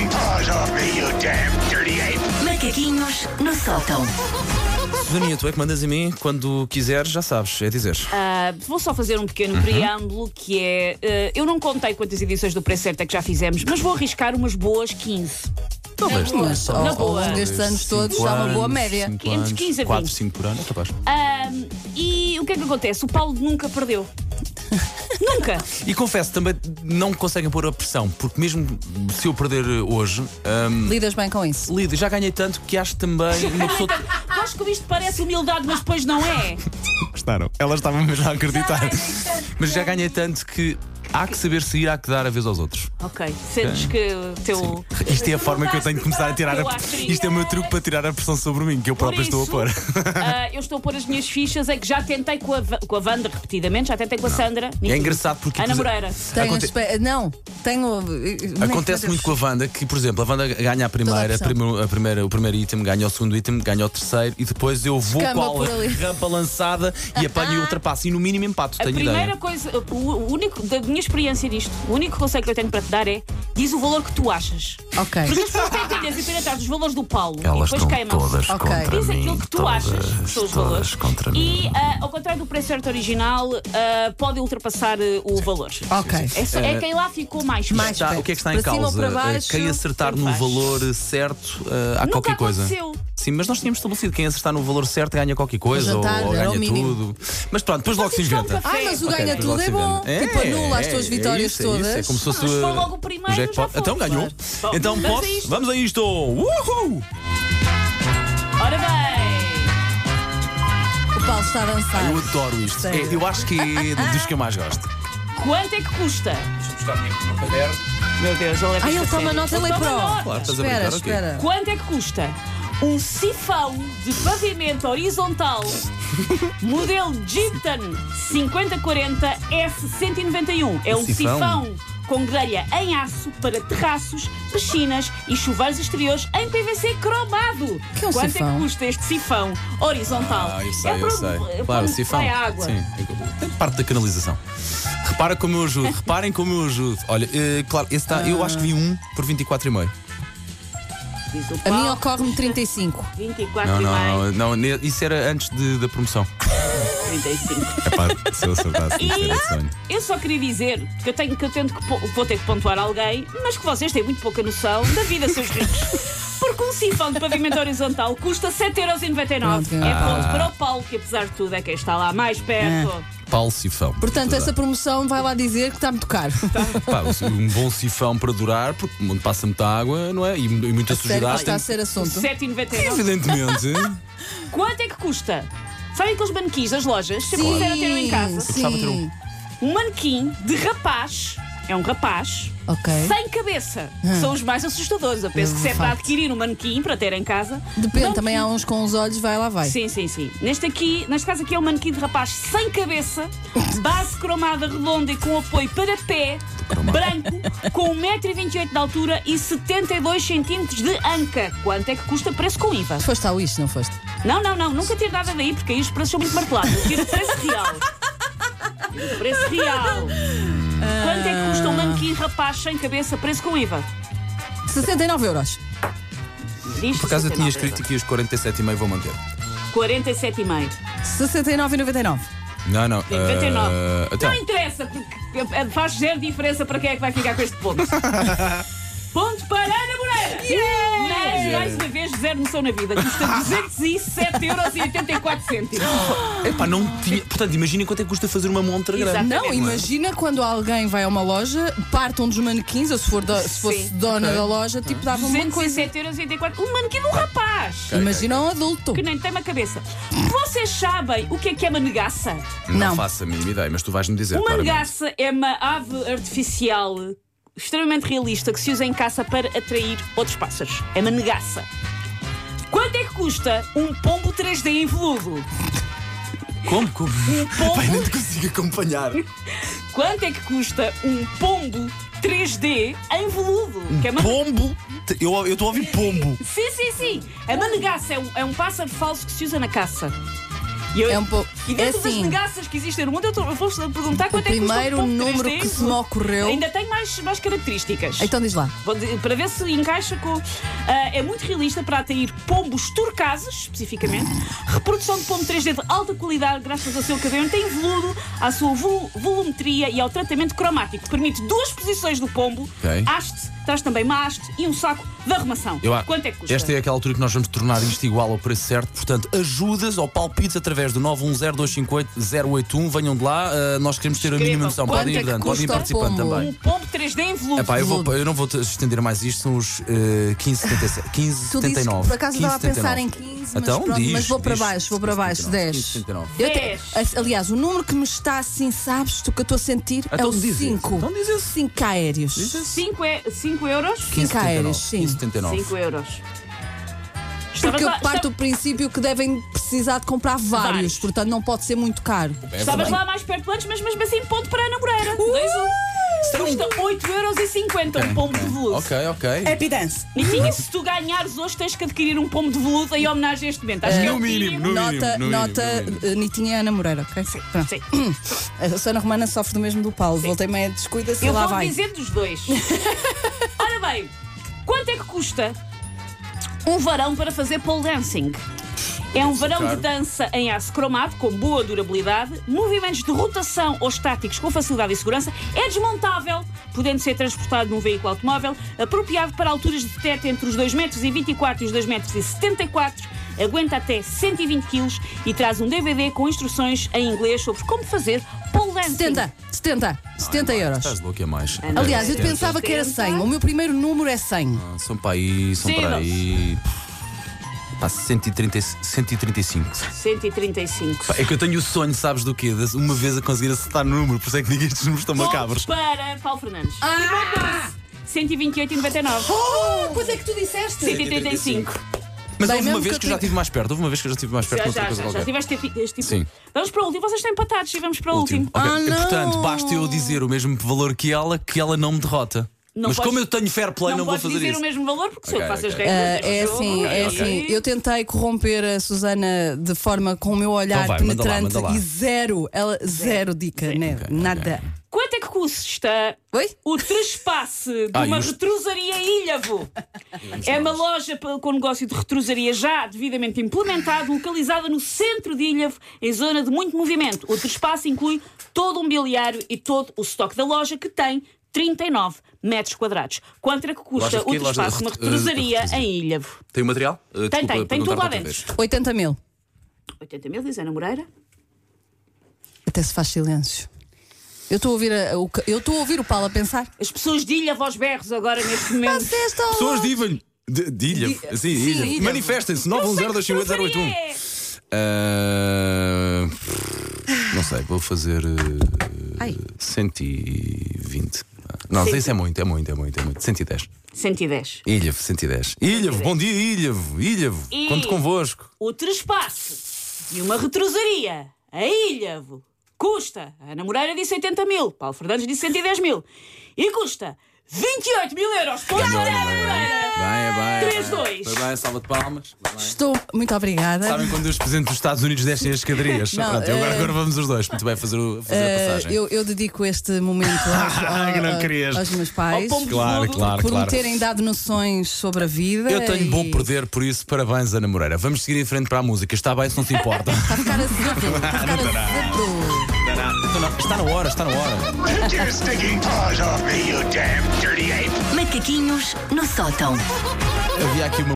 off me, you damn dirty ape! Macaquinhos no sótão. Sonia, tu é que mandas em mim quando quiseres, já sabes, é dizer. Ah, vou só fazer um pequeno Uhum. preâmbulo que é. eh, eu não contei quantas edições do Precerta que já fizemos, mas vou arriscar umas boas 15. Talvez. Mas Na Oh, ao, ao boa. longo destes anos Cinco todos está uma anos, boa média. cinco Entre anos, 15 a 4, 20. 5 por ano, é capaz. Ah, e o que é que acontece? O Paulo nunca perdeu. nunca! E confesso, também não conseguem pôr a pressão, porque mesmo se eu perder hoje, hum, Lidas bem com isso. Lida, já ganhei tanto que acho também uma pessoa. Gosto como isto parece humildade, mas depois não é. Gostaram? Ela estava mesmo a acreditar. Mas já ganhei tanto que há que saber se há que dar a vez aos outros. Ok, sentes que o teu. Isto é a forma que eu tenho de começar a tirar Eu a. acho que- Isto é o meu truque para tirar a pressão sobre mim, que eu Por próprio estou a isso, pôr. ah, eu estou a pôr as minhas fichas, é que já tentei com a, Va- com a Wanda repetidamente, já tentei com a Sandra. E é Nitida. engraçado porque. Ana por exemplo, Moreira. Tenho aconte- espe- Não, tenho. eh, é Acontece muito com a Wanda que, por exemplo, a Wanda ganha a Toda primeira, a a pressão. primeira, a primeira- o primeiro item, ganha o segundo item, ganha o terceiro e depois eu vou Descamba com por ali. a rampa lançada e apanho e ultrapasso. E no mínimo empato, A tenho primeira ideia. coisa, o- o único, da minha experiência disto, o único conselho que eu tenho para te dar é diz o valor que tu achas. Ok. Porque as pessoas têm tendência a ir atrás dos valores do Paulo e depois queimam. Ok. Diz aquilo que tu achas que são os valores. E ah, ao contrário do preço certo original, ah, pode ultrapassar ah, o valor. Ok. É, só- é quem lá ficou mais perto. Mais Está- o que é que está em Para cima ou causa? Eh, para baixo, Quem acertar tanto no faz. valor certo, eh, há Nunca qualquer coisa. aconteceu. Sim, mas nós tínhamos estabelecido quem acertar no valor certo ganha qualquer coisa jantar, ou, ou era ganha o mínimo. tudo. Mas pronto, depois logo se Vocês vão inventa. para Ai, mas o Ok, ganha depois tudo logo se é bom. inventa. tipo, anula as é, tuas é vitórias isso, é isso, todas. é como se fosse Ah, Mas foi uh, logo o primeiro, jackpot. já foi, Então ganhou. claro. Então Vamos posso. a isto. Vamos a isto. Uhul! Ora bem, O Paulo está a dançar. Eu adoro isto. Sim. É, eu acho que é dos que eu mais gosto. quanto é que custa? Meu Deus, ele é Ah, ele esta toma série. nota, ele é toma pro. nota. Claro, estás a Espera, brincar, ok. espera. Quanto é que custa um sifão de pavimento horizontal modelo Gibton 5040S191? É Um um sifão? sifão. com grelha em aço para terraços, piscinas e chuveiros exteriores em PVC cromado. Que é um Quanto é sifão? que custa este sifão horizontal? Ah, eu sei, é eu para sei. onde- é para Claro, onde sifão. vai a água. Sim, é parte da canalização. Repara como eu ajudo, reparem como eu ajudo. Olha, eh, claro, esse tá, eu acho que vi um por 24,5. Diz o A mim Paulo, ocorre-me 35. 24 Não, e mais não, é- não, ne- isso era antes de- da promoção. 35. É pá, se eu acertasse, isto era de Eu só queria dizer que eu, tenho, que eu tento que po- vou ter que pontuar alguém, mas que vocês têm muito pouca noção da vida, seus ricos. Porque um sifão de pavimento horizontal custa 7,99€. Meu Deus. É ponto para o Paulo, que apesar de tudo é quem está lá mais perto. Paulo Sifão. Portanto, essa promoção vai lá dizer que está muito caro. Pá, um bom sifão para durar, porque onde passa muita água, não é? E, mu- e muita A sério, sujidade. está a ser O assunto. 7,99€. Evidentemente. Quanto é que custa? Sabem aqueles manequins das lojas? Se Sim, puder ter um em casa. gostava de ter um. sim. Um manequim de rapaz, é um rapaz, Ok. sem cabeça, que são os mais assustadores. Eu penso que se é para adquirir um manequim para ter em casa. Depende, não- também há uns com os olhos, vai lá, vai. Sim, sim, sim. Neste aqui, neste caso aqui é um manequim de rapaz sem cabeça, base cromada redonda e com apoio para pé, branco, com 1,28m de altura e 72cm de anca. Quanto é que custa preço com IVA? Foste ao isto, não foste? Não, não, não, nunca tiro nada daí, porque aí os preços são muito martelados. Eu tiro o preço real. Tiro o preço real. Quanto é que custa um manequim de rapaz sem cabeça, preço com IVA? 69 euros. Diz Por acaso eu tinha escrito aqui os 47,5 vou manter. 47,5. 69,99. Não, não. Tem 99. eh, então, Não interessa, porque eh, faz zero diferença para quem é que vai ficar com este ponto. ponto para Ana Moreira! Mas, mais uma vez, zero noção na vida. Custa 207,84€. epá, não tinha. Portanto, imaginem quanto é que custa fazer uma montra grande. Exato. Não, Exatamente. imagina quando alguém vai a uma loja, parte um dos manequins, ou se, for do- se fosse Sim. dona da loja, tipo dava uma coisa. 207,84€. Um manequim de um rapaz! Imagina um adulto. Que nem tem uma cabeça. Vocês sabem o que é que é uma negaça? Não. faço a mínima ideia, mas tu vais-me dizer. Uma claramente. negaça é uma ave artificial extremamente realista que se usa em caça para atrair outros pássaros. É uma negaça. Quanto é que custa um pombo 3D em veludo? Como? Como? Um pombo, te consigo acompanhar. quanto é que custa um pombo 3D em veludo? Um Que é uma... Pombo? Te- Eu eu estou a ouvir pombo. Sim, sim, sim. É uma negaça, é um, é um pássaro falso que se usa na caça. E eu- É um pouco. E dentro É assim. das negaças que existem no mundo, eu, tô- eu vou perguntar O quanto é que custa um primeiro pão de número três que tempos. se me ocorreu. Ainda tem mais, mais características. Então diz lá. Vou dizer- para ver se encaixa com. Ah, é muito realista para atrair pombos turcases, especificamente. Reprodução de pombo 3D de alta qualidade, graças ao seu cabelo, tem veludo, à sua volu- volumetria e ao tratamento cromático. Permite duas posições do pombo, Ok. haste, traz também uma haste e um saco de arrumação. Eu, ah, Quanto é que custa? Esta é aquela altura que nós vamos tornar isto igual ao preço certo. Portanto, ajudas ou palpites através do 910258081. Venham de lá, ah, nós queremos ter a Escrevam. mínima noção. Quanto Podem é ir que dando, podem ir custa o participando pombo? também. Um pombo 3D em veludo. Epá, eu, vou, Veludo. eu não vou te- estender mais isto, são os eh, 15,77. 15,79. Tu dizes que por acaso estava a pensar em 15, 15,79. mas, então, pronto, diz, mas vou para diz, baixo, vou para baixo, 10. 15,79. Eu até- 10. aliás, o número que me está assim, sabes, tu que eu estou a sentir é Então o diz esse, 5. então diz esse. 5 aéreos. 5 é, cinco euros? 15,79, aéreos, sim. 15,79. 5 euros. Porque eu lá- parto do princípio que devem precisar de comprar vários, Vários. portanto não pode ser muito caro. É Estavas lá mais perto de antes, mas mesmo assim, ponto para a namoreira. um. Custa 8,50€ um É. pombo de veludo. Ok, ok. Happy Dance. Nitinha, se tu ganhares hoje, tens que adquirir um pombo de veludo em homenagem a este momento. Acho que é o mínimo. nota, nota, eh, Nitinha e Ana Moreira, ok? Sim, pronto. Sim. A Susana Romana sofre do mesmo do Paulo, voltei meia descuida-se e Eu lá vou vai. dizer dos dois. Ora bem, quanto é que custa um varão para fazer pole dancing? É um varão caro. de dança em aço cromado, com boa durabilidade, movimentos de rotação ou estáticos com facilidade e segurança, é desmontável, podendo ser transportado num veículo automóvel, apropriado para alturas de teto entre os 2,24 metros e os 2,74 metros aguenta até 120 kg e traz um DVD com instruções em inglês sobre como fazer pole dancing. 70, 70, 70 euros. Estás louco, é mais. Ah, não. Aliás, eu 70. pensava que era 100, 70. o meu primeiro número é 100. São para aí, são Sim, para nós. aí. Pá, 130, 135. 135. Pá, É que eu tenho o sonho, sabes do quê? De uma vez a conseguir acertar no número, por isso é que digo estes números tão Pontos macabros. Para Paulo Fernandes. 128 e 99. Oh, coisa é que tu disseste? 135. Mas Bem, houve uma mesmo vez que que eu já eu tenha- estive mais perto, houve uma vez que eu já estive mais perto Já, com outra já, coisa já, já qualquer. tiveste este este tipo. Sim. Vamos para o último. Vocês estão empatados e vamos para o último. Último. Ok. Ah, E, não! Portanto, basta eu dizer o mesmo valor que ela, que ela não me derrota. Não Mas podes- como eu tenho fair play, não, vou podes fazer dizer isso. o mesmo valor porque sou eu que Ok, faço as ok. regras. Ah, é deste assim, jogo. é ok. assim. Eu tentei corromper a Susana de forma com o meu olhar Então vai, manda lá, penetrante manda lá. e zero, ela, zero dica, né? Nada. Quanto é que custa Oi? o trespasse de Ah, uma e os- retrusaria Ilhavo? É uma loja p- com negócio de retrusaria já devidamente implementado, localizada no centro de Ilhavo, em zona de muito movimento. O trespasse inclui todo o mobiliário e todo o estoque da loja, que tem 39 metros quadrados. Quanto é que Loja custa de o quê? Loja de trespasse de uma ret- retrusaria retrusaria. em Ilhavo? Tem o material? Uh, Tem, desculpa tem, tem perguntar tudo lá outra vez. dentro. 80 mil. 80 mil, diz Ana Moreira. Até se faz silêncio. Eu estou a ouvir a- o, ca- eu estou a ouvir o Paulo a pensar. As pessoas de Ilhavo aos berros agora neste momento. Disseste, oh, Pessoas dizem. de- de Ilha, Di- sim, sim, Ilha. Ilha. Manifestem-se, Eu sei que 910258081. retrusaria é. Ah, Não sei, vou fazer eh, Ai. 120. Não, Cento- isso é muito, é muito, é muito, é muito. 110. 110. Ilhavo, 110. Ilhavo, bom dia, Ilhavo, Ilhavo. E- Conto convosco. O trespasse e uma retrosaria a Ilhavo custa, a Ana Moreira disse 80 mil, Paulo Fernandes disse 110 mil, e custa 28 mil euros. Ponto para Ana Moreira! Bem, é bem. Três, dois. Foi bem, salva de palmas. Bem, bem. Estou muito obrigada. Sabem quando os presidentes dos Estados Unidos descem as escadarias? Não, Pronto, eu agora, eh, agora vamos os dois. Muito bem, fazer, o- fazer a Eh, passagem. eu, eu dedico este momento aos, Ah, que não a- querias. aos meus pais Ao pombo Claro, Tudo claro, por claro. me terem dado noções sobre a vida. Eu tenho bom e- perder, por isso parabéns, Ana Moreira. Vamos seguir em frente para a música. Está bem, se não se importa. Ficar azedo, ficar azedo. Então não, está na hora, está na hora. Take your stinking paws off me, you damn dirty ape! Macaquinhos no sótão. Havia aqui uma.